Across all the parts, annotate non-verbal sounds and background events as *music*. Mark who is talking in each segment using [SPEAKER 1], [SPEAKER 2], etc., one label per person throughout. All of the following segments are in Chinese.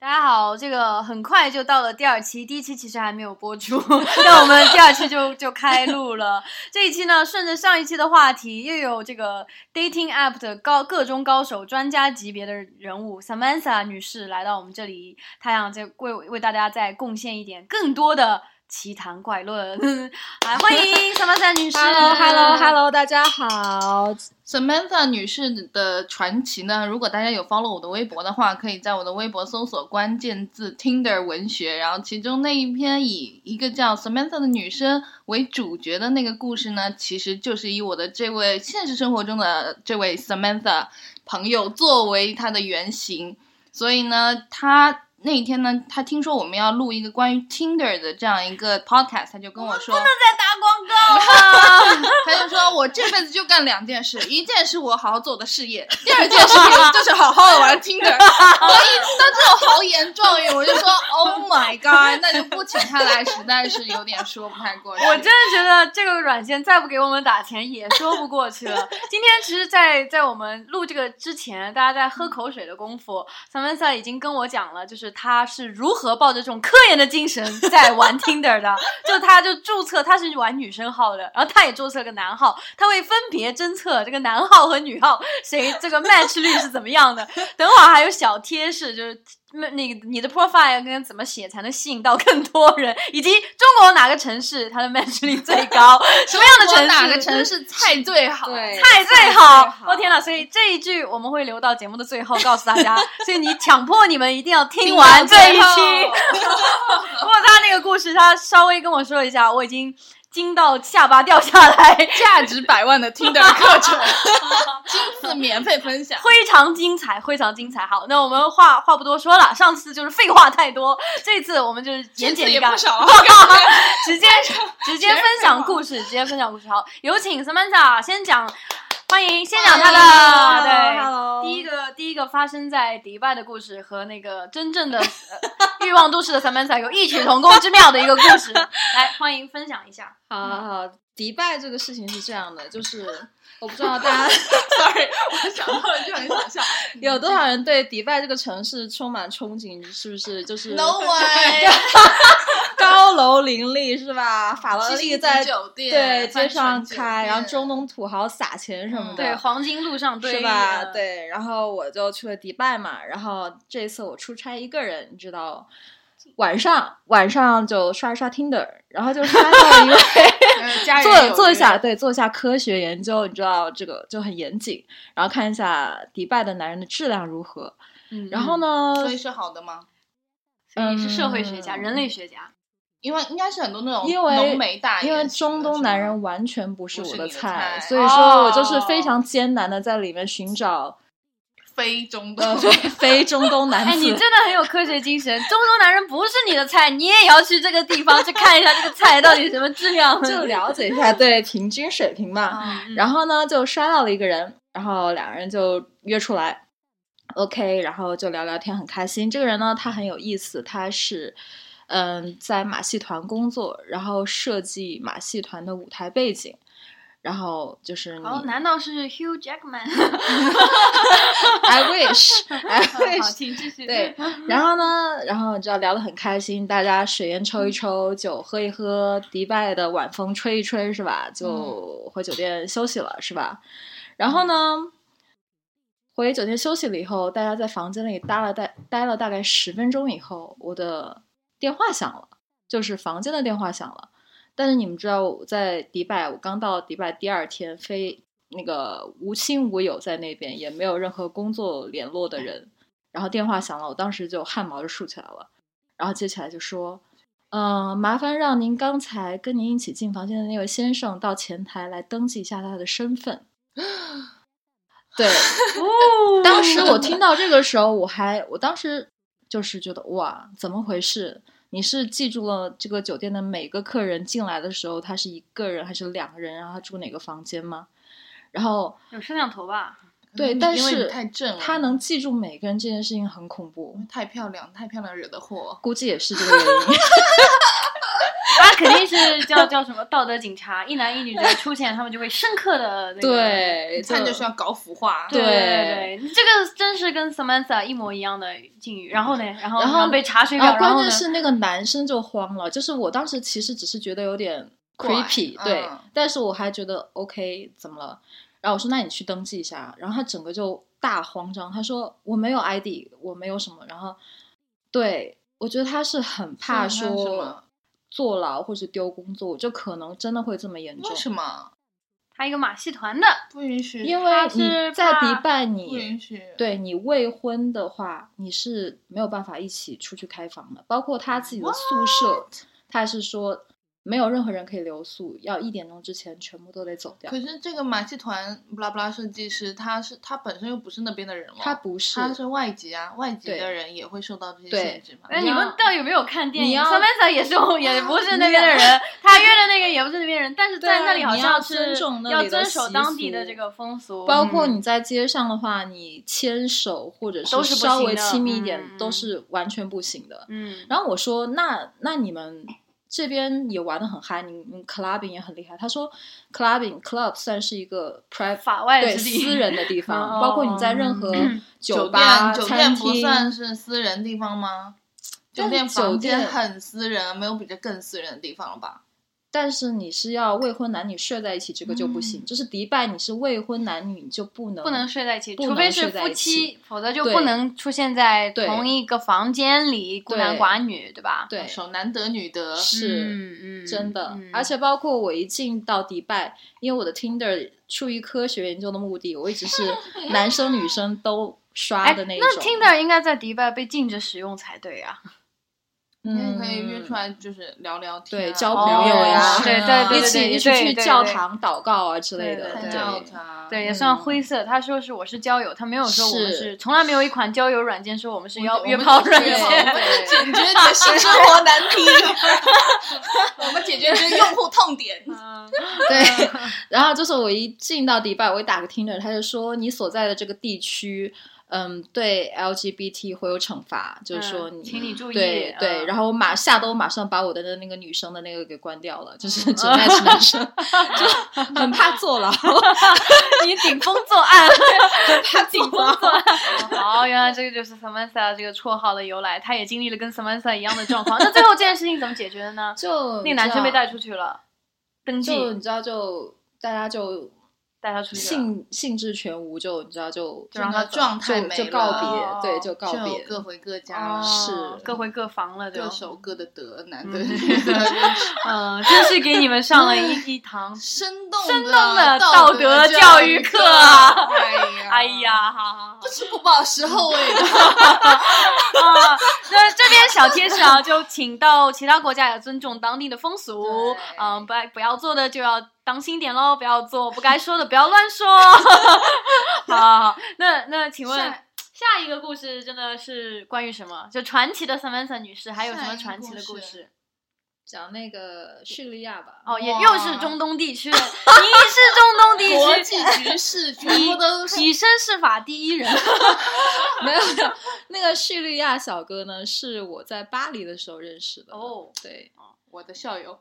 [SPEAKER 1] 大家好，这个很快就到了第二期，第一期其实还没有播出，那我们第二期就就开录了。这一期呢，顺着上一期的话题，又有这个 dating app 的高各中高手、专家级别的人物 Samantha 女士来到我们这里，她想再为为大家再贡献一点更多的奇谈怪论。 *laughs* 来，欢迎 Samantha 女士
[SPEAKER 2] Hello，Hello，Hello，大家好。
[SPEAKER 3] Samantha 女士的传奇呢？如果大家有 follow 我的微博的话，可以在我的微博搜索关键字 Tinder 文学，然后其中那一篇以一个叫 Samantha 的女生为主角的那个故事呢，其实就是以我的这位现实生活中的这位 Samantha 朋友作为她的原型，所以呢，她。那一天呢，她听说我们要录一个关于 Tinder 的这样一个 podcast，她就跟我说，
[SPEAKER 1] 在打广告了。
[SPEAKER 3] 他就说：“我这辈子就干两件事，一件是我好好做我的事业，第二件事情就是好好的玩 Tinder。”我一听到这种豪言壮语，我就说：“Oh my god！” 那就不请他来，实在是有点说不太过去。
[SPEAKER 1] 我真的觉得这个软件再不给我们打钱也说不过去了。今天其实在，在我们录这个之前，大家在喝口水的功夫，Samantha 已经跟我讲了，就是他是如何抱着这种科研的精神在玩 Tinder 的。就他就注册他是玩女生号的，然后他也注册个男号，他会分别侦测这个男号和女号谁这个 match 率是怎么样的。等会儿还有小贴士，就是那那个你的 profile 跟怎么写才能吸引到更多人，以及中国哪个城市它的 match 率最高，什么样的城市
[SPEAKER 3] 哪个城市菜最好？
[SPEAKER 2] 对，
[SPEAKER 1] 菜最好
[SPEAKER 2] 菜最。好
[SPEAKER 1] 我、天呐，所以这一句我们会留到节目的最后告诉大家，所以你强迫你们一定要听完这一期。 *laughs* 不过他那个故事，他稍微跟我说一下，我已经惊到下巴掉下来。
[SPEAKER 3] 价值百万的 Tinder 课程，今次免费分享。
[SPEAKER 1] 非常精彩，非常精彩。好，那我们话话不多说了，上次就是废话太多，这次我们就是言 *laughs*
[SPEAKER 3] 这
[SPEAKER 1] 简
[SPEAKER 3] 次
[SPEAKER 1] 意
[SPEAKER 3] 也
[SPEAKER 1] 赅
[SPEAKER 3] 不，少， *laughs*
[SPEAKER 1] 直接直接分享故事，直接分享故事。好，有请 Samantha 先讲，欢迎先讲
[SPEAKER 3] *laughs*
[SPEAKER 1] 她的对。
[SPEAKER 2] Hello，
[SPEAKER 1] 第一个第一个发生在迪拜的故事和那个真正的、呃欲望都市的 Samantha 有异曲同工之妙的一个故事，来欢迎分享一下。
[SPEAKER 2] 好好好，迪拜这个事情是这样的，就是我不知道大家
[SPEAKER 3] ，sorry，我想到了就很想笑。
[SPEAKER 2] 有多少人对迪拜这个城市充满憧憬，是不是？就是 *laughs*
[SPEAKER 3] *laughs* No way！
[SPEAKER 2] 高楼林立是吧？法拉利在
[SPEAKER 3] 酒店
[SPEAKER 2] 对街上开，然后中东土豪撒钱什么
[SPEAKER 1] 对，
[SPEAKER 2] 的。
[SPEAKER 1] 黄金路上堆
[SPEAKER 2] 嗯是吧？
[SPEAKER 1] 着，
[SPEAKER 2] 对，然后我就去了迪拜嘛，然后这次我出差一个人，你知道，晚上晚上就刷一刷 Tinder，然后就刷到一位
[SPEAKER 3] 家
[SPEAKER 2] 做做一下，对，做一下科学研究，你知道这个就很严谨，然后看一下迪拜的男人的质量如何。
[SPEAKER 1] 嗯
[SPEAKER 2] 然后呢，
[SPEAKER 3] 所以是好的吗？
[SPEAKER 1] 所以是社会学家、
[SPEAKER 2] 嗯
[SPEAKER 1] 人类学家。
[SPEAKER 3] 因为应该是很多那种
[SPEAKER 2] 因为
[SPEAKER 3] 浓眉大眼
[SPEAKER 2] 因为
[SPEAKER 3] 型的
[SPEAKER 2] 中东男
[SPEAKER 3] 是吗
[SPEAKER 2] 人完全不是
[SPEAKER 3] 不
[SPEAKER 2] 我
[SPEAKER 3] 是
[SPEAKER 2] 的
[SPEAKER 3] 你的菜
[SPEAKER 2] 所以说我就是非常艰难的在里面寻找
[SPEAKER 3] 非中
[SPEAKER 2] 呃
[SPEAKER 3] 东，
[SPEAKER 2] 非非中东男 *laughs*
[SPEAKER 1] 哎，你
[SPEAKER 2] 子。
[SPEAKER 1] 真的很有科学精神。中东男人不是你的菜，你也要去这个地方去看一下这个菜到底什么质
[SPEAKER 2] *laughs*
[SPEAKER 1] 量。
[SPEAKER 2] 就了解一下对平均水平嘛，
[SPEAKER 3] 嗯
[SPEAKER 2] 然后呢，就刷到了一个人，然后两个人就约出来，OK，然后就聊聊天，很开心。这个人呢，他很有意思，他是嗯在马戏团工作，然后设计马戏团的舞台背景，然后就是你、
[SPEAKER 1] 哦，难道是 Hugh
[SPEAKER 2] *laughs*
[SPEAKER 1] Jackman？
[SPEAKER 2] i *laughs* wish，I
[SPEAKER 1] 好，
[SPEAKER 2] wish。
[SPEAKER 1] 请继续。 *laughs*
[SPEAKER 2] 对，然后呢，然后你知道聊得很开心，大家水烟抽一抽，酒喝一喝，迪拜的晚风吹一吹，是吧？就回酒店休息了，是吧？然后呢，回酒店休息了以后，大家在房间里待了待待了大概十分钟以后，我的电话响了，就是房间的电话响了。但是你们知道，我在迪拜，我刚到迪拜第二天，非那个无亲无友在那边，也没有任何工作联络的人。然后电话响了，我当时就汗毛就竖起来了，然后接起来就说：“嗯、麻烦让您刚才跟您一起进房间的那位先生到前台来登记一下他的身份。”对，
[SPEAKER 1] 哦
[SPEAKER 2] *laughs* 当时我听到这个时候，我还我当时就是觉得哇，怎么回事？你是记住了这个酒店的每个客人进来的时候，他是一个人还是两个人，然后他住哪个房间吗？然后
[SPEAKER 1] 有摄像头吧？
[SPEAKER 2] 对，
[SPEAKER 3] 嗯
[SPEAKER 2] 但
[SPEAKER 3] 因为你
[SPEAKER 2] 是
[SPEAKER 3] 太正了，
[SPEAKER 2] 他能记住每个人这件事情很恐怖。
[SPEAKER 3] 太漂亮，太漂亮惹的祸。
[SPEAKER 2] 估计也是这个原因。
[SPEAKER 1] 那肯定是
[SPEAKER 2] *laughs*
[SPEAKER 1] 叫叫什么道德警察，一男一女的出现，他们就会深刻的、那个、
[SPEAKER 2] 对，
[SPEAKER 3] 一看
[SPEAKER 2] 啊
[SPEAKER 3] 就是要搞腐化。
[SPEAKER 1] 对
[SPEAKER 2] 对
[SPEAKER 1] 对，这个真是跟 Samantha 一模一样的境遇。然后呢，然后
[SPEAKER 2] 然后
[SPEAKER 1] 被查水表，
[SPEAKER 2] 啊，
[SPEAKER 1] 然
[SPEAKER 2] 关
[SPEAKER 1] 后
[SPEAKER 2] 键
[SPEAKER 1] 呢，
[SPEAKER 2] 是那个男生就慌了，就是我当时其实只是觉得有点
[SPEAKER 3] 怪
[SPEAKER 2] creepy，对，
[SPEAKER 3] 嗯
[SPEAKER 2] 但是我还觉得 OK，怎么了？然后我说那你去登记一下，然后他整个就大慌张，他说我没有 ID，我没有什么，然后对我觉得他是很怕
[SPEAKER 3] 所以他是什
[SPEAKER 2] 说
[SPEAKER 3] 么
[SPEAKER 2] 坐牢或者丢工作，就可能真的会这么严重
[SPEAKER 3] 为。什么
[SPEAKER 1] 他一个马戏团的，
[SPEAKER 3] 不允许？
[SPEAKER 2] 因为
[SPEAKER 1] 他
[SPEAKER 2] 你
[SPEAKER 1] 是
[SPEAKER 2] 在
[SPEAKER 1] 怕
[SPEAKER 2] 迪拜
[SPEAKER 3] 不
[SPEAKER 2] 你
[SPEAKER 3] 允许。，
[SPEAKER 2] 对你未婚的话，你是没有办法一起出去开房的，包括他自己的宿舍，他是说没有任何人可以留宿，要一点钟之前全部都得走掉
[SPEAKER 3] 可。是这个马戏团布拉布拉设计师，他是他本身又不是那边的人了，
[SPEAKER 2] 他不是，
[SPEAKER 3] 他是外籍啊，外籍
[SPEAKER 2] 对
[SPEAKER 3] 的人也会受到这些
[SPEAKER 2] 对
[SPEAKER 3] 限制嘛。
[SPEAKER 1] 那哎
[SPEAKER 2] 你
[SPEAKER 1] 你
[SPEAKER 2] 要
[SPEAKER 1] 们到底有没有看电
[SPEAKER 2] 你
[SPEAKER 1] 影
[SPEAKER 2] 要
[SPEAKER 1] ？Samantha
[SPEAKER 2] *laughs*
[SPEAKER 1] 也是也不是那边的人，他约的那个也不是那边人，但是在
[SPEAKER 2] 对啊
[SPEAKER 1] 那里好
[SPEAKER 2] 你要
[SPEAKER 1] 像是
[SPEAKER 2] 尊重那
[SPEAKER 1] 要
[SPEAKER 2] 里的
[SPEAKER 1] 遵守
[SPEAKER 2] 习
[SPEAKER 1] 当地的
[SPEAKER 2] 俗
[SPEAKER 1] 这个风俗，
[SPEAKER 2] 包括
[SPEAKER 1] 嗯
[SPEAKER 2] 你在街上的话，你牵手或者
[SPEAKER 1] 都
[SPEAKER 2] 是
[SPEAKER 1] 是不
[SPEAKER 2] 稍
[SPEAKER 1] 行
[SPEAKER 2] 微
[SPEAKER 1] 的
[SPEAKER 2] 亲密一点
[SPEAKER 1] 嗯嗯
[SPEAKER 2] 都是完全不行的。
[SPEAKER 1] 嗯，
[SPEAKER 2] 然后我说：“那那你们这边也玩的很嗨，你们 clubbing 也很厉害。”他说：“clubbing club 算是一个 private
[SPEAKER 1] 法外
[SPEAKER 2] 对
[SPEAKER 1] 之地，
[SPEAKER 2] 私人的地方，
[SPEAKER 1] 嗯
[SPEAKER 2] 包括你在任何 *clears throat*
[SPEAKER 1] 嗯
[SPEAKER 3] 酒
[SPEAKER 2] 吧、
[SPEAKER 3] 店酒
[SPEAKER 2] 餐
[SPEAKER 3] 店不
[SPEAKER 2] 厅，
[SPEAKER 3] 算是私人地方吗？
[SPEAKER 2] 但
[SPEAKER 3] 酒店房间
[SPEAKER 2] 酒店
[SPEAKER 3] 很私人，啊没有比这更私人的地方了吧？
[SPEAKER 2] 但是你是要未婚男女睡在一起，这个就不行。就是迪拜，你是未婚男女，你就不
[SPEAKER 1] 嗯
[SPEAKER 2] 能
[SPEAKER 1] 不能睡在一起，
[SPEAKER 2] 不
[SPEAKER 1] 除
[SPEAKER 2] 能
[SPEAKER 1] 非是
[SPEAKER 2] 睡在
[SPEAKER 1] 夫
[SPEAKER 2] 一起
[SPEAKER 1] 妻，否则就
[SPEAKER 2] 对
[SPEAKER 1] 不能出现在
[SPEAKER 2] 对
[SPEAKER 1] 同一个房间里，孤男
[SPEAKER 2] 对
[SPEAKER 1] 寡女，对吧？
[SPEAKER 2] 对，
[SPEAKER 3] 啊手男得女得，
[SPEAKER 2] 是、
[SPEAKER 1] 嗯嗯，
[SPEAKER 2] 真的。
[SPEAKER 1] 嗯
[SPEAKER 2] 而且包括我一进到迪拜，因为我的 Tinder 出于科学研究的目的，我一
[SPEAKER 1] *laughs*
[SPEAKER 2] 直是男生女生都刷
[SPEAKER 1] 哎，
[SPEAKER 2] 的
[SPEAKER 1] 那
[SPEAKER 2] 一种。
[SPEAKER 1] Tinder 应该在迪拜被禁止使用才对啊，
[SPEAKER 3] 你也
[SPEAKER 2] 嗯，
[SPEAKER 3] 可以约出来就是聊聊天啊、
[SPEAKER 2] 对交朋友呀
[SPEAKER 3] 认识
[SPEAKER 1] 对
[SPEAKER 3] 啊
[SPEAKER 1] 嗯对
[SPEAKER 2] 一
[SPEAKER 1] 对
[SPEAKER 2] 起
[SPEAKER 1] 对
[SPEAKER 2] 一起去
[SPEAKER 1] 对对
[SPEAKER 2] 教
[SPEAKER 1] 对
[SPEAKER 2] 堂祷告啊之类的，
[SPEAKER 1] 对
[SPEAKER 3] 看到他，
[SPEAKER 1] 对，也算
[SPEAKER 2] 嗯
[SPEAKER 1] 灰色。他说是我是交友，他没有说我们
[SPEAKER 2] 是
[SPEAKER 1] 是，从来没有一款交友软件说我们是
[SPEAKER 3] 我
[SPEAKER 1] 要
[SPEAKER 3] 们
[SPEAKER 1] 约炮
[SPEAKER 3] 就是
[SPEAKER 1] 软
[SPEAKER 3] 约炮
[SPEAKER 1] 件。
[SPEAKER 3] 对
[SPEAKER 1] *laughs*
[SPEAKER 3] 解决你的性生活难题，我们解决你的用户痛点。
[SPEAKER 1] *laughs* 嗯
[SPEAKER 2] *laughs* 对，然后就是我一进到迪拜，我一打个 Tinder，他就说你所在的这个地区，嗯，对 LGBT 会有惩罚，就是说
[SPEAKER 1] 嗯
[SPEAKER 2] 你。
[SPEAKER 1] 请你注意，
[SPEAKER 2] 对对，
[SPEAKER 1] 嗯
[SPEAKER 2] 然后我马下都马上把我的那个女生的那个给关掉了，就是
[SPEAKER 1] 嗯
[SPEAKER 2] 只 match
[SPEAKER 1] *laughs*
[SPEAKER 2] 男生，就很怕坐牢，
[SPEAKER 1] 你顶风作案， *laughs*
[SPEAKER 2] 怕顶牢。 *laughs*
[SPEAKER 1] 哦好，原来这个就是 Samantha 这个绰号的由来。她也经历了跟 Samantha 一样的状况。那最后这件事情怎么解决的呢？
[SPEAKER 2] 就
[SPEAKER 1] 那个男生被带
[SPEAKER 2] 出，
[SPEAKER 1] 出去了，登
[SPEAKER 2] 就
[SPEAKER 1] 记
[SPEAKER 2] 你知道，就大家就
[SPEAKER 1] 带他出去了。
[SPEAKER 2] 兴兴致全无，就你知道就
[SPEAKER 1] 就让他
[SPEAKER 3] 整个状态
[SPEAKER 2] 就
[SPEAKER 3] 没
[SPEAKER 2] 就告
[SPEAKER 1] 了
[SPEAKER 2] 别，对，就告别，
[SPEAKER 3] 各回各家
[SPEAKER 1] 哦
[SPEAKER 3] 了，
[SPEAKER 2] 是
[SPEAKER 1] 各回各房了，对吧
[SPEAKER 3] 各？守各的德，男的
[SPEAKER 1] 嗯
[SPEAKER 3] 女的，
[SPEAKER 1] 嗯，真是给你们上 *laughs* 了一一堂。
[SPEAKER 3] 生动
[SPEAKER 1] 生
[SPEAKER 3] 的
[SPEAKER 1] 动的道
[SPEAKER 3] 道
[SPEAKER 1] 德
[SPEAKER 3] 教
[SPEAKER 1] 教育
[SPEAKER 3] 育
[SPEAKER 1] 课
[SPEAKER 3] 啊！
[SPEAKER 1] 哎，呀，好好好
[SPEAKER 3] 不。吃不饱时候喂的。
[SPEAKER 1] 啊， *laughs* 那这边小贴士啊，就请到其他国家也尊重当地的风俗，
[SPEAKER 3] 对
[SPEAKER 1] 嗯，不爱不要做的就要当心点喽，不要做不该说 *laughs* 的，不要乱说。好好好，那那请问
[SPEAKER 3] 下
[SPEAKER 1] 下一个故事真的是关于什么？就传奇的 Samantha 女士，还有什
[SPEAKER 3] 下
[SPEAKER 1] 么
[SPEAKER 3] 一个
[SPEAKER 1] 传奇的
[SPEAKER 3] 故
[SPEAKER 1] 故
[SPEAKER 3] 事
[SPEAKER 1] 事？
[SPEAKER 2] 讲那个叙利
[SPEAKER 1] *laughs*
[SPEAKER 2] 亚吧。
[SPEAKER 1] 哦，也
[SPEAKER 3] 哇
[SPEAKER 1] 又是中东地区的，你是中东地
[SPEAKER 3] 国
[SPEAKER 1] 区，
[SPEAKER 3] 际局势全部都是
[SPEAKER 1] 以身试法第一人。
[SPEAKER 2] 没有没有，那个叙利亚小哥呢，是我在巴黎的时候认识的。
[SPEAKER 1] *laughs* 哦，
[SPEAKER 2] 对，
[SPEAKER 3] 我的校友。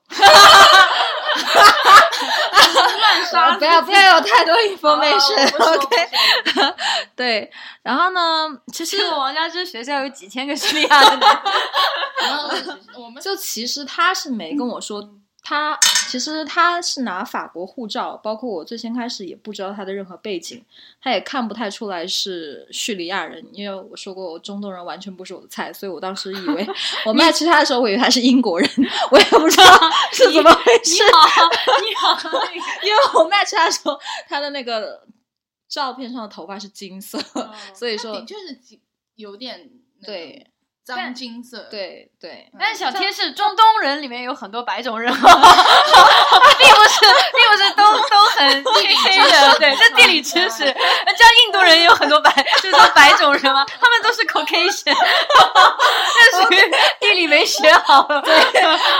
[SPEAKER 1] 乱
[SPEAKER 2] 啊
[SPEAKER 1] 杀
[SPEAKER 2] 不要不要有太多 information，、
[SPEAKER 3] 哦我不说
[SPEAKER 2] OK？对， *laughs* 然后呢，其实
[SPEAKER 1] 这个王佳芝学校有几千个叙利亚的男的，
[SPEAKER 3] 然后我们
[SPEAKER 2] 就其实他是没跟我说，
[SPEAKER 1] 嗯
[SPEAKER 2] 他其实他是拿法国护照，包括我最先开始也不知道他的任何背景，他也看不太出来是叙利亚人，因为我说过我中东人完全不是我的菜，所以我当时
[SPEAKER 1] *laughs*
[SPEAKER 2] 以为我卖吃他的时候，我以为他是英国人，我也
[SPEAKER 1] *laughs*
[SPEAKER 2] 不知道是怎么回事。
[SPEAKER 1] 你好， *laughs* 你好，
[SPEAKER 2] 因为我 match 他的时候，他的那个照片上的头发是金色，
[SPEAKER 1] 嗯
[SPEAKER 2] 所以
[SPEAKER 3] 他
[SPEAKER 2] 说
[SPEAKER 3] 的确是几有点那个
[SPEAKER 2] 对
[SPEAKER 3] 脏金色，，嗯
[SPEAKER 2] 对对，
[SPEAKER 1] 但是小贴士，中东人里面有很多白种 *laughs* 人，并不是，并不是都都很黑黑的，对，这地理知识。那像印度人也有很多白，就是说白种人嘛，他们都是 *laughs* Caucasian，这属于地理没学好。对，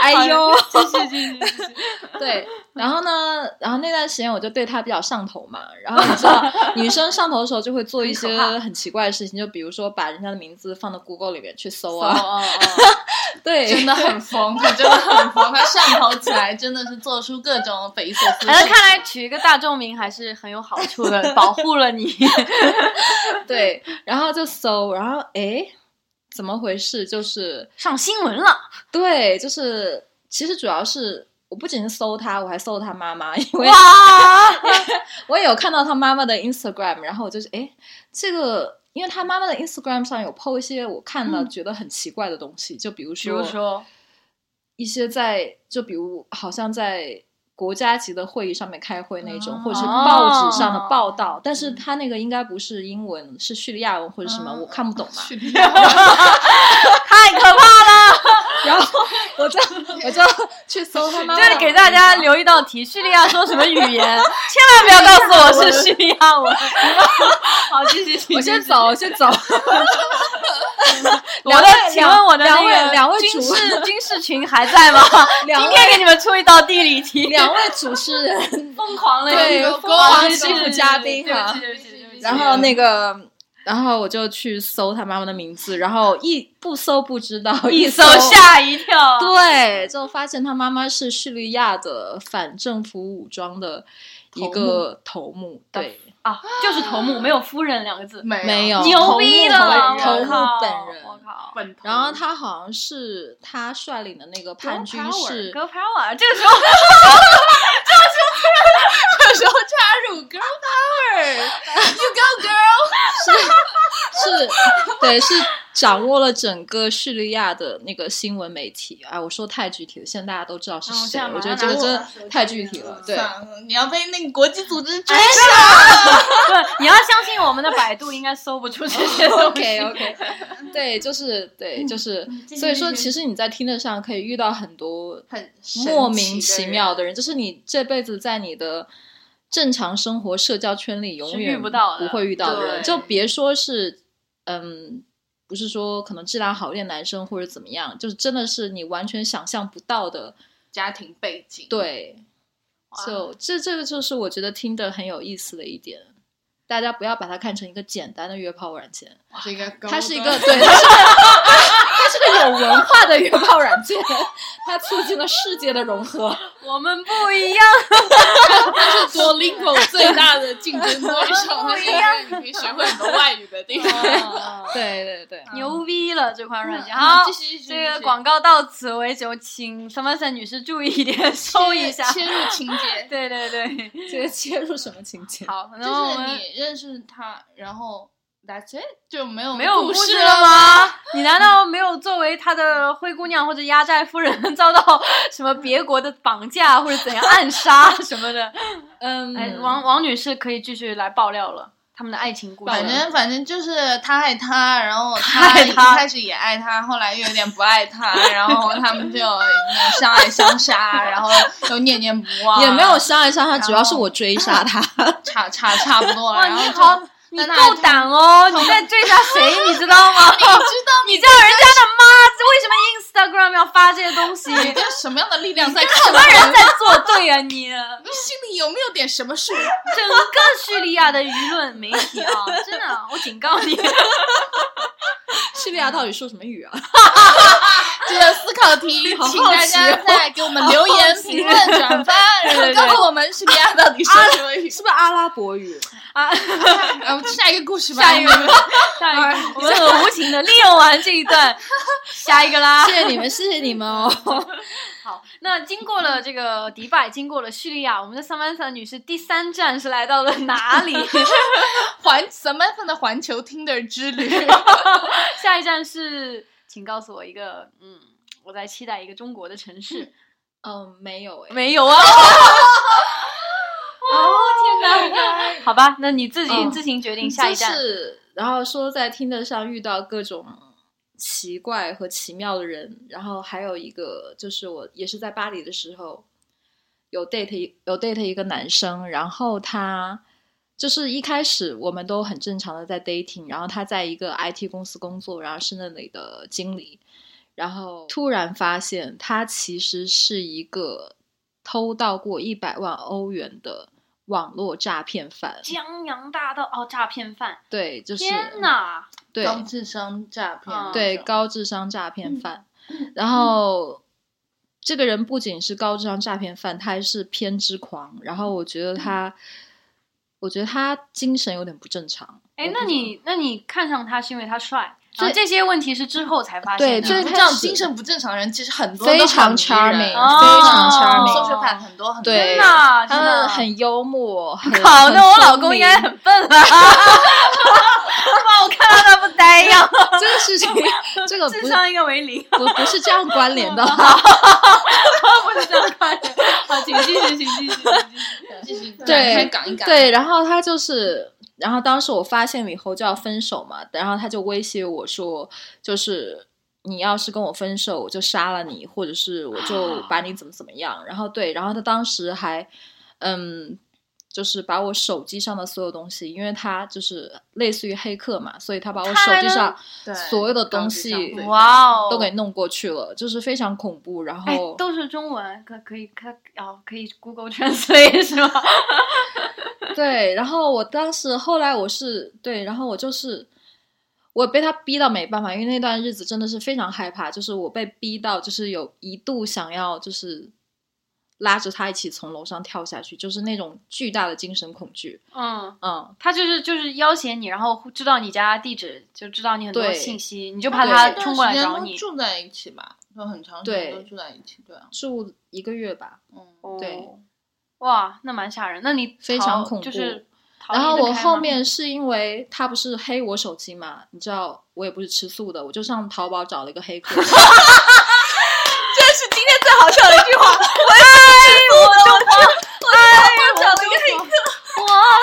[SPEAKER 2] 哎呦，
[SPEAKER 1] 继续继续继续。 *laughs*
[SPEAKER 2] 对，然后呢，然后那段时间我就对他比较上头嘛。然后你知道，女生上头的时候就会做
[SPEAKER 1] 很
[SPEAKER 2] 一些
[SPEAKER 1] 可怕
[SPEAKER 2] 很奇怪的事情，就比如说把人家的名字放到 Google 里面去搜
[SPEAKER 3] 哦
[SPEAKER 2] 啊，
[SPEAKER 3] 哦 *laughs* 真
[SPEAKER 1] *laughs*
[SPEAKER 2] 对，
[SPEAKER 3] 的很疯，他真的很疯，他上头起来真的是做出各种匪夷所思的
[SPEAKER 1] 反
[SPEAKER 3] 事
[SPEAKER 1] 正
[SPEAKER 3] 情。
[SPEAKER 1] 看来取一个大众名还是很有好处的，保护了你。
[SPEAKER 2] 对，然后就搜，然后诶，怎么回事？就是
[SPEAKER 1] 上新闻了，
[SPEAKER 2] 对，就是其实主要是我不仅是搜他，我还搜他妈妈，因为
[SPEAKER 1] 哇！
[SPEAKER 2] 我也有看到他妈妈的 Instagram，然后我就是诶，这个。因为他妈妈的 Instagram 上有 PO 一些我看了
[SPEAKER 1] 嗯
[SPEAKER 2] 觉得很奇怪的东西，就比如
[SPEAKER 1] *laughs* 比
[SPEAKER 2] 说，
[SPEAKER 1] 如说，
[SPEAKER 2] 一些在就比如好像在国家级的会议上面开会那种，
[SPEAKER 3] 哦
[SPEAKER 2] 或者是报纸上的报道，但是他那个应该不是英文，是叙利亚文或者什么，
[SPEAKER 3] 嗯
[SPEAKER 2] 我看不懂嘛。
[SPEAKER 3] 去你妈！
[SPEAKER 1] *laughs* 太可怕了！
[SPEAKER 2] 然后我就我就去搜他妈妈，
[SPEAKER 1] 这里给大家留一道题：叙利亚说什么语言？ *laughs* 千万不要告诉我是叙利亚文。好，继续，继续
[SPEAKER 2] 我先走，。我先走。
[SPEAKER 1] 我的，请问我的
[SPEAKER 2] 两
[SPEAKER 1] 那
[SPEAKER 2] 位
[SPEAKER 1] 个
[SPEAKER 2] 两位
[SPEAKER 1] 军
[SPEAKER 2] 主
[SPEAKER 1] *laughs* 事军事群还在吗？
[SPEAKER 2] 两
[SPEAKER 1] 今
[SPEAKER 2] 位
[SPEAKER 1] 天给你们出一道地理题，
[SPEAKER 2] 两位主持人，
[SPEAKER 1] 疯狂了，
[SPEAKER 2] 对
[SPEAKER 1] 疯
[SPEAKER 2] 疯狂
[SPEAKER 1] 地
[SPEAKER 2] 欺负嘉宾
[SPEAKER 1] 对不
[SPEAKER 2] 哈
[SPEAKER 1] 起，对不起，对不起。
[SPEAKER 2] 然后那个。然后我就去搜他妈妈的名字，然后一不搜不知道，一
[SPEAKER 1] 一
[SPEAKER 2] 搜
[SPEAKER 1] 搜吓一跳，
[SPEAKER 2] 对，就发现他妈妈是叙利亚的反政府武装的一个头目，对，
[SPEAKER 1] 啊，就是头目，没有夫人两个字，
[SPEAKER 3] 没
[SPEAKER 2] 没有
[SPEAKER 1] 牛逼了，
[SPEAKER 2] 头目
[SPEAKER 1] 我靠
[SPEAKER 2] 本人
[SPEAKER 1] 我靠。
[SPEAKER 3] 本头
[SPEAKER 2] 然后他好像是他率领的那个叛军是
[SPEAKER 1] Girl Power，这个时候
[SPEAKER 3] 这时候插入 girl power，you go girl。
[SPEAKER 2] 是， *laughs* 对，是掌握了整个叙利亚的那个新闻媒体啊。我说太具体了，现在大家都知道是
[SPEAKER 1] 嗯我
[SPEAKER 2] 谁，
[SPEAKER 1] 现在
[SPEAKER 2] 我
[SPEAKER 1] 马
[SPEAKER 2] 觉
[SPEAKER 1] 上
[SPEAKER 2] 得这个
[SPEAKER 1] 拿
[SPEAKER 2] 真
[SPEAKER 1] 我
[SPEAKER 2] 的
[SPEAKER 1] 的手机
[SPEAKER 2] 太具体
[SPEAKER 1] 了
[SPEAKER 2] 了，对。
[SPEAKER 3] 算了你要被那个国际组织
[SPEAKER 1] *laughs*
[SPEAKER 3] 追
[SPEAKER 1] 对，你要相信我们的百度应该搜不出这些东西。 *laughs*
[SPEAKER 2] OK OK，对，就是对，就是，
[SPEAKER 3] 嗯
[SPEAKER 2] 所以说，
[SPEAKER 3] 继续
[SPEAKER 2] 其实你在听的上可以遇到很多
[SPEAKER 3] 很
[SPEAKER 2] 莫名其妙的人，就是你这辈子在你的正常生活社交圈里永
[SPEAKER 1] 是
[SPEAKER 2] 远
[SPEAKER 1] 遇不到的
[SPEAKER 2] 不会遇到的人，
[SPEAKER 3] 对
[SPEAKER 2] 就别说是嗯，不是说可能质量好一点男生或者怎么样，就是真的是你完全想象不到的，
[SPEAKER 3] 家庭背景。，
[SPEAKER 2] 对，
[SPEAKER 1] 嗯哇
[SPEAKER 2] 就这这个就是我觉得听的很有意思的一点。大家不要把它看成一个简单的约炮软件，
[SPEAKER 3] 是一个高
[SPEAKER 2] 它是一
[SPEAKER 3] 端
[SPEAKER 2] 个对，它是个它是个有文化的约炮软件，它促进了世界的融合。
[SPEAKER 1] 我们不一样，
[SPEAKER 4] 多 lingo 最大的竞争对手，它是因为你可以学会很多外语的地
[SPEAKER 1] 哦
[SPEAKER 4] 方。
[SPEAKER 2] 对对对，
[SPEAKER 1] 牛逼了这款软件。
[SPEAKER 3] 嗯
[SPEAKER 1] 好
[SPEAKER 3] 继，续继续
[SPEAKER 1] 这
[SPEAKER 3] 继
[SPEAKER 1] 个
[SPEAKER 3] 续
[SPEAKER 1] 广告到此为止，我请 Samantha 女士注意 *laughs* 一点，收一下。
[SPEAKER 3] 切入情节。
[SPEAKER 1] 对对对，
[SPEAKER 2] 这个切入什么情节？
[SPEAKER 1] 好，
[SPEAKER 3] 就
[SPEAKER 1] 然后我
[SPEAKER 3] 是
[SPEAKER 1] 们
[SPEAKER 3] 你认识他，然后 that's it，就没有
[SPEAKER 1] 没有
[SPEAKER 3] 故
[SPEAKER 1] 故
[SPEAKER 3] 事
[SPEAKER 1] 事了？吗？你难道没有作为他的灰姑娘或者压寨夫人遭到什么别国的绑架或者怎样暗杀什么 *laughs* 的？
[SPEAKER 2] 嗯
[SPEAKER 1] 哎，王王女士可以继续来爆料了，他们的爱情故事。
[SPEAKER 3] 反正反正就是他爱他，然后
[SPEAKER 1] 他爱
[SPEAKER 3] 一
[SPEAKER 1] 他
[SPEAKER 3] 开始也爱他，后来又有点不爱他，然后他们就那相爱相杀，然后又念念不忘，
[SPEAKER 2] 也没有伤害伤他，
[SPEAKER 3] 后
[SPEAKER 2] 主要是我追杀他。
[SPEAKER 3] 差差差不多了。
[SPEAKER 1] 哇，
[SPEAKER 3] 然后
[SPEAKER 1] 你
[SPEAKER 3] 就
[SPEAKER 1] 好，你
[SPEAKER 3] 但他还
[SPEAKER 1] 够胆哦！你在追杀谁，你知道吗？
[SPEAKER 3] 你知道
[SPEAKER 1] 你叫人家的妈，为什么 Instagram 要发这些东 *laughs* 西？
[SPEAKER 3] 你
[SPEAKER 1] 什
[SPEAKER 3] 跟什么样的力量在抗
[SPEAKER 1] 么
[SPEAKER 3] 衡？
[SPEAKER 1] 人在作对啊你？
[SPEAKER 3] 你心里有没有点什么
[SPEAKER 2] *laughs*
[SPEAKER 3] 数？
[SPEAKER 1] 整个叙利亚的舆论媒体啊，真的，我警告你，
[SPEAKER 2] *laughs* 叙利亚到底说什么语啊？ *laughs*
[SPEAKER 3] 这个思考题，
[SPEAKER 2] 好好
[SPEAKER 3] 请大
[SPEAKER 2] 奇
[SPEAKER 3] 家
[SPEAKER 2] 哦
[SPEAKER 3] 在给我们留言、评论、转
[SPEAKER 2] *laughs*
[SPEAKER 3] 发，然后
[SPEAKER 1] 对对
[SPEAKER 3] 告诉我们叙利亚到底说什么语。
[SPEAKER 2] 是不是阿拉伯语？
[SPEAKER 1] 啊，
[SPEAKER 3] 然后下一个故事吧。
[SPEAKER 1] 下一个，下 *laughs* 一哎个，我们很无情的利用完这一 *laughs* 段，下一个啦
[SPEAKER 2] 谢。谢你们，谢谢你们哦。
[SPEAKER 1] *laughs* 好，那经过了这个迪拜，经过了叙利亚，我们的 Samantha 女士第三站是来到了哪 *laughs* 里？
[SPEAKER 3] 环 Samantha 的环球 Tinder
[SPEAKER 2] *laughs*
[SPEAKER 3] 之旅，
[SPEAKER 1] 下一站是，请告诉我一个，嗯，我在期待一个中国的城市。
[SPEAKER 2] 嗯，没有哎，
[SPEAKER 1] *laughs* 没有啊！ *laughs* 哦天 *laughs* 哪！好吧，那你自己、
[SPEAKER 2] 嗯
[SPEAKER 1] 自行决定下一站。
[SPEAKER 2] 就是然后说在听的上遇到各种奇怪和奇妙的人，然后还有一个就是我也是在巴黎的时候有 date 一有 date 一个男生，然后他就是一开始我们都很正常的在 dating，然后他在一个 IT 公司工作，然后是那里的经理，然后突然发现他其实是一个。偷盗过一百万欧元的网络诈骗犯。
[SPEAKER 1] 江洋大盗哦，诈骗犯！
[SPEAKER 2] 对，就是
[SPEAKER 1] 天哪，
[SPEAKER 2] 对
[SPEAKER 3] 高智商嗯诈骗
[SPEAKER 1] 嗯，
[SPEAKER 2] 对
[SPEAKER 3] 高。
[SPEAKER 2] 高智商诈骗犯。然后这个人不仅是高智商诈骗犯，他还是偏执狂。然后我觉得
[SPEAKER 3] 嗯
[SPEAKER 2] 他，我觉得他精神有点不正常。
[SPEAKER 1] 哎
[SPEAKER 2] 我，不
[SPEAKER 1] 那
[SPEAKER 2] 知
[SPEAKER 1] 你那你看上他是因为他帅，然后这些问题是之后才发
[SPEAKER 2] 对
[SPEAKER 1] 现的。
[SPEAKER 2] 最
[SPEAKER 3] 这
[SPEAKER 2] 开
[SPEAKER 3] 样
[SPEAKER 2] 始
[SPEAKER 3] 精神不正常人其实很多
[SPEAKER 2] 非
[SPEAKER 3] 都
[SPEAKER 2] 常
[SPEAKER 3] 很迷
[SPEAKER 2] charming，非
[SPEAKER 3] 人
[SPEAKER 2] 常
[SPEAKER 1] 哦
[SPEAKER 2] charming，
[SPEAKER 3] sociopath 很多很多
[SPEAKER 2] 对
[SPEAKER 1] 天哪，
[SPEAKER 2] 他
[SPEAKER 1] 真的
[SPEAKER 2] 们很幽默。很
[SPEAKER 1] 好，
[SPEAKER 2] 很
[SPEAKER 1] 那我老
[SPEAKER 2] 聪
[SPEAKER 1] 公应
[SPEAKER 2] 明
[SPEAKER 1] 该很笨 *laughs* 吧？把我看到他不呆样，
[SPEAKER 2] 这个事情， *laughs* 这个不
[SPEAKER 1] 智
[SPEAKER 2] 是
[SPEAKER 1] 商应该为零，
[SPEAKER 2] 不不是这样关联
[SPEAKER 3] *laughs*
[SPEAKER 2] 的。
[SPEAKER 1] 不是这样看的。
[SPEAKER 2] 啊
[SPEAKER 4] 好，请继续，请继续，请继续，继续
[SPEAKER 2] 对
[SPEAKER 4] 展开讲一讲。
[SPEAKER 2] 对，然后他就是，然后当时我发现了以后就要分手嘛，然后他就威胁我说，就是你要是跟我分手，我就杀了你，或者是我就把你怎么怎么样。然后对，然后他当时还，嗯。就是把我手机上的所有东西，因为他就是类似于黑客嘛，所以他把我手
[SPEAKER 1] 他还
[SPEAKER 2] 机
[SPEAKER 1] 能
[SPEAKER 2] 上
[SPEAKER 3] 对
[SPEAKER 2] 所有的东西
[SPEAKER 3] 高智商对
[SPEAKER 1] 哇哦，
[SPEAKER 2] 都给哦弄过去了，就是非常恐怖。然
[SPEAKER 1] 哎
[SPEAKER 2] 后，
[SPEAKER 1] 都是中文，可可以可哦，可以 Google *laughs* Translate 是吗？
[SPEAKER 2] 对，然后我当时后来我是对，然后我就是我被他逼到没办法，因为那段日子真的是非常害怕，就是我被逼到，就是有一度想要就是拉着他一起从楼上跳下去，就是那种巨大的精神恐惧。
[SPEAKER 1] 嗯，
[SPEAKER 2] 嗯，
[SPEAKER 1] 他就是就是要挟你，然后知道你家地址，就知道你很多
[SPEAKER 2] 对
[SPEAKER 1] 信息，你就
[SPEAKER 2] 那
[SPEAKER 1] 怕
[SPEAKER 2] 对
[SPEAKER 1] 他
[SPEAKER 2] 那
[SPEAKER 1] 冲过来找
[SPEAKER 3] 都
[SPEAKER 1] 你。
[SPEAKER 3] 住在一起吧，就很长时
[SPEAKER 2] 对
[SPEAKER 3] 间都住在一起，对啊，
[SPEAKER 2] 住一个月吧。
[SPEAKER 3] 嗯，
[SPEAKER 2] 对
[SPEAKER 1] 哦，哇，那蛮吓人。那你
[SPEAKER 2] 非
[SPEAKER 1] 逃
[SPEAKER 2] 常恐
[SPEAKER 1] 就是逃
[SPEAKER 2] 然后
[SPEAKER 1] 离得
[SPEAKER 2] 我
[SPEAKER 1] 开
[SPEAKER 2] 后
[SPEAKER 1] 吗
[SPEAKER 2] 面是因为他不是黑我手机嘛，你知道我也不是吃素的，我就上淘宝找了一个黑客。
[SPEAKER 3] 这是今天最好笑的一句话。
[SPEAKER 1] 我 *laughs*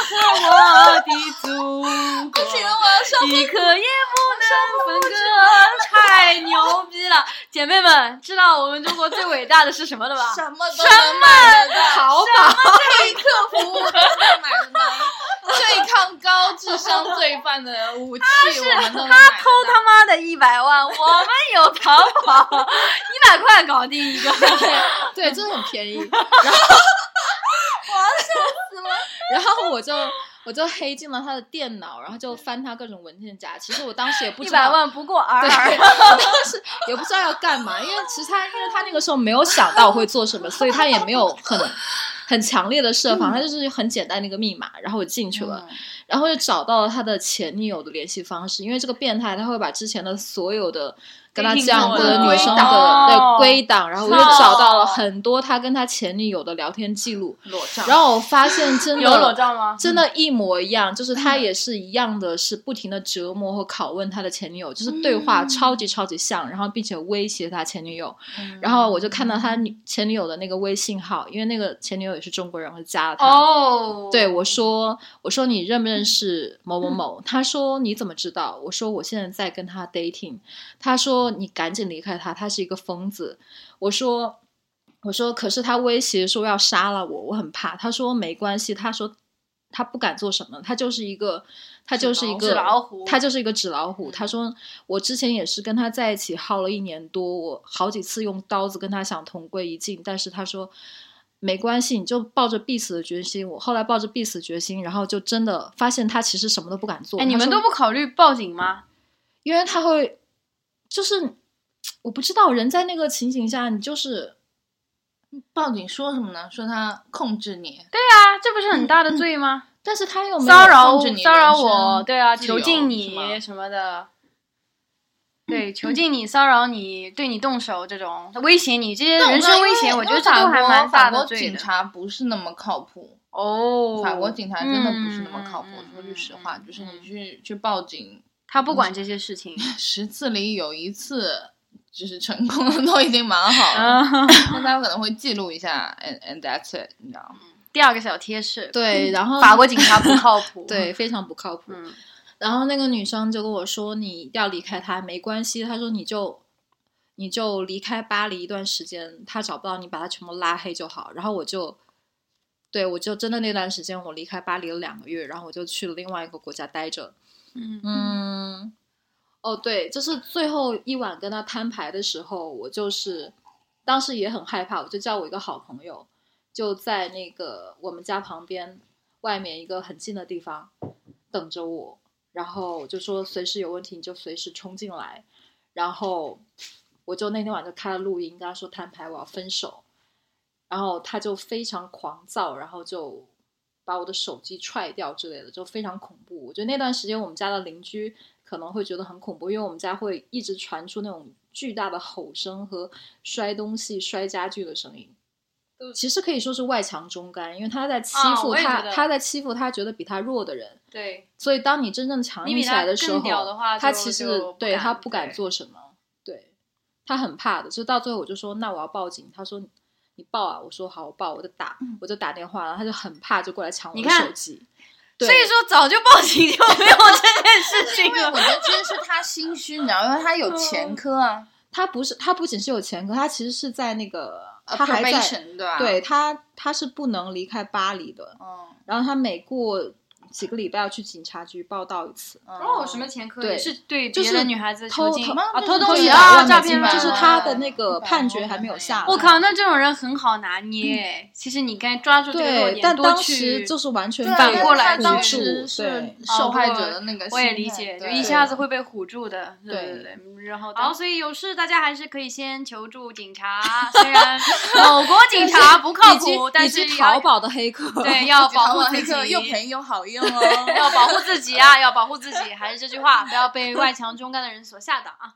[SPEAKER 1] 和我的祖国， *laughs* 一刻也不能分割，太牛逼了！姐妹们，知道我们中国最伟大的是什么了吧？
[SPEAKER 3] 什么都能买得到，
[SPEAKER 2] 淘宝
[SPEAKER 3] 黑客服务都能买
[SPEAKER 1] *laughs*
[SPEAKER 3] 得到，对抗高智商罪犯的武器我们都能买得
[SPEAKER 1] 偷他
[SPEAKER 3] 到。
[SPEAKER 1] 妈的一百万，我们有淘宝，一百块搞定 *laughs* 一个。
[SPEAKER 2] *laughs* 对，真的很便宜。然后我要笑死了。 *laughs* 然后我就我就黑进了他的电脑，然后就翻他各种文件夹。其实我当时也不
[SPEAKER 1] 一
[SPEAKER 2] 知
[SPEAKER 1] 百
[SPEAKER 2] 道，
[SPEAKER 1] 万不过尔
[SPEAKER 2] 对，
[SPEAKER 1] 尔，
[SPEAKER 2] 我当时也不知道要干嘛，因为其实他因为他那个时候没有想到我会做什么，所以他也没有很。很强烈的设防，他就是很简单的一个密码，然后我进去了，然后就找到了他的前女友的联系方式，因为这个变态他会把之前的所有的跟他这样
[SPEAKER 1] 黑
[SPEAKER 2] 或
[SPEAKER 1] 听
[SPEAKER 2] 者
[SPEAKER 1] 众
[SPEAKER 2] 女生的
[SPEAKER 1] 哦
[SPEAKER 2] 对归档，然后我就
[SPEAKER 1] 操
[SPEAKER 2] 找到了很多他跟他前女友的聊天记录，
[SPEAKER 3] 裸照，
[SPEAKER 2] 然后我发现真
[SPEAKER 1] 有裸
[SPEAKER 2] 的
[SPEAKER 1] 照嗯吗？
[SPEAKER 2] 真的，一模一样，就是他也是一样的，是不停的折磨和拷问他的前女友，就是对话
[SPEAKER 1] 嗯
[SPEAKER 2] 超级超级像，然后并且威胁他前女友，
[SPEAKER 1] 嗯
[SPEAKER 2] 然后我就看到他女前女友的那个微信号，因为那个前女友也是中国人，我就加了他。
[SPEAKER 1] 哦，
[SPEAKER 2] 对我说：“我说你认不认识某某某？”他说：“你怎么知道？”我说：“我现在在跟他 dating。”他说：“你赶紧离开他，他是一个疯子。”我说：“我说可是他威胁说要杀了我，我很怕。”他说：“没关系。”他说：“他不敢做什么，他就是一个他就是一个
[SPEAKER 1] 纸老虎
[SPEAKER 2] 他就是一个纸老虎。他
[SPEAKER 1] 嗯
[SPEAKER 2] 说：“我之前也是跟他在一起耗了一年多，我好几次用刀子跟他想同归于尽，但是他说没关系，你就抱着必死的决心。我后来抱着必死决心，然后就真的发现他其实什么都不敢做。
[SPEAKER 1] 哎，你
[SPEAKER 2] 他
[SPEAKER 1] 们
[SPEAKER 2] 说
[SPEAKER 1] 都不考虑报警吗？
[SPEAKER 2] 因为他会，就是我不知道人在那个情景下，你就是
[SPEAKER 3] 报警说什么呢？说他控制你，
[SPEAKER 1] 对啊，这不是很大的罪吗？
[SPEAKER 2] 但是他又没有
[SPEAKER 1] 骚扰
[SPEAKER 3] 控
[SPEAKER 1] 我
[SPEAKER 3] 制你
[SPEAKER 1] 骚扰
[SPEAKER 3] 人身
[SPEAKER 1] 我，对啊，
[SPEAKER 3] 自
[SPEAKER 1] 囚
[SPEAKER 3] 由
[SPEAKER 1] 禁
[SPEAKER 3] 是吗
[SPEAKER 1] 你什么的，对，囚禁你、骚扰你、对你动手这种，威胁你这些人身威胁，我觉得这都还蛮大
[SPEAKER 3] 法
[SPEAKER 1] 的
[SPEAKER 3] 国
[SPEAKER 1] 罪
[SPEAKER 3] 警
[SPEAKER 1] 的。
[SPEAKER 3] 察不是那么靠谱，
[SPEAKER 1] 哦，
[SPEAKER 3] 法国警察真的不是那么靠谱。
[SPEAKER 1] 嗯
[SPEAKER 3] 说句实话，
[SPEAKER 1] 嗯嗯
[SPEAKER 3] 就是你去去报警，
[SPEAKER 1] 他不管这些事情。
[SPEAKER 3] 十次里有一次就是成功的都已经蛮好了。
[SPEAKER 1] 啊，
[SPEAKER 3] 那他可能会记录一下，and and that's it，你知道吗？
[SPEAKER 1] 第二个小贴士，
[SPEAKER 2] 对，然后
[SPEAKER 1] 法国警察不靠 *laughs* 谱。，
[SPEAKER 2] 对非常不靠谱。
[SPEAKER 1] 嗯，
[SPEAKER 2] 然后那个女生就跟我说：“你一定要离开他，没关系。”她说：“你就你就离开巴黎一段时间，他找不到你，把他全部拉黑就好。”然后我就，对我就真的那段时间我离开巴黎了两个月，然后我就去了另外一个国家待着。
[SPEAKER 1] 嗯
[SPEAKER 2] 嗯，哦对，就是最后一晚跟他摊牌的时候，我就是当时也很害怕，我就叫我一个好朋友，就在那个我们家旁边外面一个很近的地方等着我，然后我就说随时有问题你就随时冲进来，然后我就那天晚上就开了录音，跟他说摊牌我要分手，然后他就非常狂躁，然后就把我的手机踹掉之类的，就非常恐怖。我觉得那段时间我们家的邻居可能会觉得很恐怖，因为我们家会一直传出那种巨大的吼声和摔东西、摔家具的声音。其实可以说是外强中干，因为他在欺
[SPEAKER 1] 啊
[SPEAKER 2] 负
[SPEAKER 1] 我也
[SPEAKER 2] 他，
[SPEAKER 1] 觉得
[SPEAKER 2] 他在欺负他觉得比他弱的人。
[SPEAKER 1] 对，
[SPEAKER 2] 所以当你真正强
[SPEAKER 1] 你
[SPEAKER 2] 硬
[SPEAKER 1] 比
[SPEAKER 2] 起来
[SPEAKER 1] 他
[SPEAKER 2] 的时
[SPEAKER 1] 更
[SPEAKER 2] 候，
[SPEAKER 1] 屌的话
[SPEAKER 2] 他
[SPEAKER 1] 就
[SPEAKER 2] 其实
[SPEAKER 1] 就不
[SPEAKER 2] 对
[SPEAKER 1] 敢
[SPEAKER 2] 他不敢
[SPEAKER 1] 对
[SPEAKER 2] 做什么，对他很怕的。就到最后，我就说那我要报警，他说你你报啊，我说好，我报，我就打，我就打电话，然后他就很怕，就过来抢我
[SPEAKER 1] 嗯你
[SPEAKER 2] 的
[SPEAKER 1] 看
[SPEAKER 2] 手机。对
[SPEAKER 1] 所以说早就报警就没有这件事情
[SPEAKER 3] 因为 *laughs*
[SPEAKER 1] 了。
[SPEAKER 3] 我觉得其实是他心虚，你知道吗，因为他有前科啊，
[SPEAKER 2] 他不是他不仅是有前科，他其实是在那个 *laughs*
[SPEAKER 3] 呃
[SPEAKER 2] 他还在
[SPEAKER 3] probation 对吧？
[SPEAKER 2] 对，他他是不能离开巴黎的，
[SPEAKER 3] 嗯，
[SPEAKER 2] 然后他每过几个礼拜要去警察局报到一次。
[SPEAKER 1] 哦，什么前科？
[SPEAKER 2] 对
[SPEAKER 1] 也是对
[SPEAKER 2] 就
[SPEAKER 1] 别
[SPEAKER 2] 是
[SPEAKER 1] 的女孩子
[SPEAKER 2] 偷
[SPEAKER 1] 囚禁
[SPEAKER 2] 偷
[SPEAKER 1] 吗
[SPEAKER 2] 啊，
[SPEAKER 3] 那
[SPEAKER 2] 偷
[SPEAKER 3] 是
[SPEAKER 2] 偷
[SPEAKER 3] 偷
[SPEAKER 2] 去
[SPEAKER 3] 窃
[SPEAKER 2] 打
[SPEAKER 1] 啊诈
[SPEAKER 2] 万美金
[SPEAKER 1] 骗
[SPEAKER 2] 吧，
[SPEAKER 1] 吧
[SPEAKER 2] 就是他的那
[SPEAKER 3] 一
[SPEAKER 2] 个
[SPEAKER 3] 百
[SPEAKER 2] 判
[SPEAKER 3] 欧
[SPEAKER 2] 决还没有下来。
[SPEAKER 1] 我靠，那这种人很好拿捏。哎其实你该抓住这个弱
[SPEAKER 2] 嗯对，
[SPEAKER 1] 点，
[SPEAKER 2] 但
[SPEAKER 1] 多
[SPEAKER 2] 当时
[SPEAKER 1] 去。
[SPEAKER 2] 就是完全
[SPEAKER 3] 对
[SPEAKER 1] 反
[SPEAKER 2] 被
[SPEAKER 1] 过来
[SPEAKER 2] 唬
[SPEAKER 3] 但当
[SPEAKER 2] 住
[SPEAKER 3] 时
[SPEAKER 2] 对
[SPEAKER 3] 是受害者的那个心态，
[SPEAKER 1] 哦我也理解，就
[SPEAKER 3] 对
[SPEAKER 1] 一下子会被唬住的。
[SPEAKER 2] 对
[SPEAKER 1] 对对对，然后好，所以有事大家还是可以先求助警 *laughs* 察，虽然某国警察不靠
[SPEAKER 2] 以及
[SPEAKER 1] 谱，但
[SPEAKER 2] 以及
[SPEAKER 1] 是
[SPEAKER 2] 淘
[SPEAKER 1] 要
[SPEAKER 2] 宝的黑客，
[SPEAKER 1] 对要保护
[SPEAKER 3] *laughs*
[SPEAKER 1] 自
[SPEAKER 3] 这个
[SPEAKER 1] 己，
[SPEAKER 3] 又便宜又好用哦。
[SPEAKER 1] *laughs* 要保护自己啊，要保护自己，还是这句话，不要被外强中干的人所吓到啊。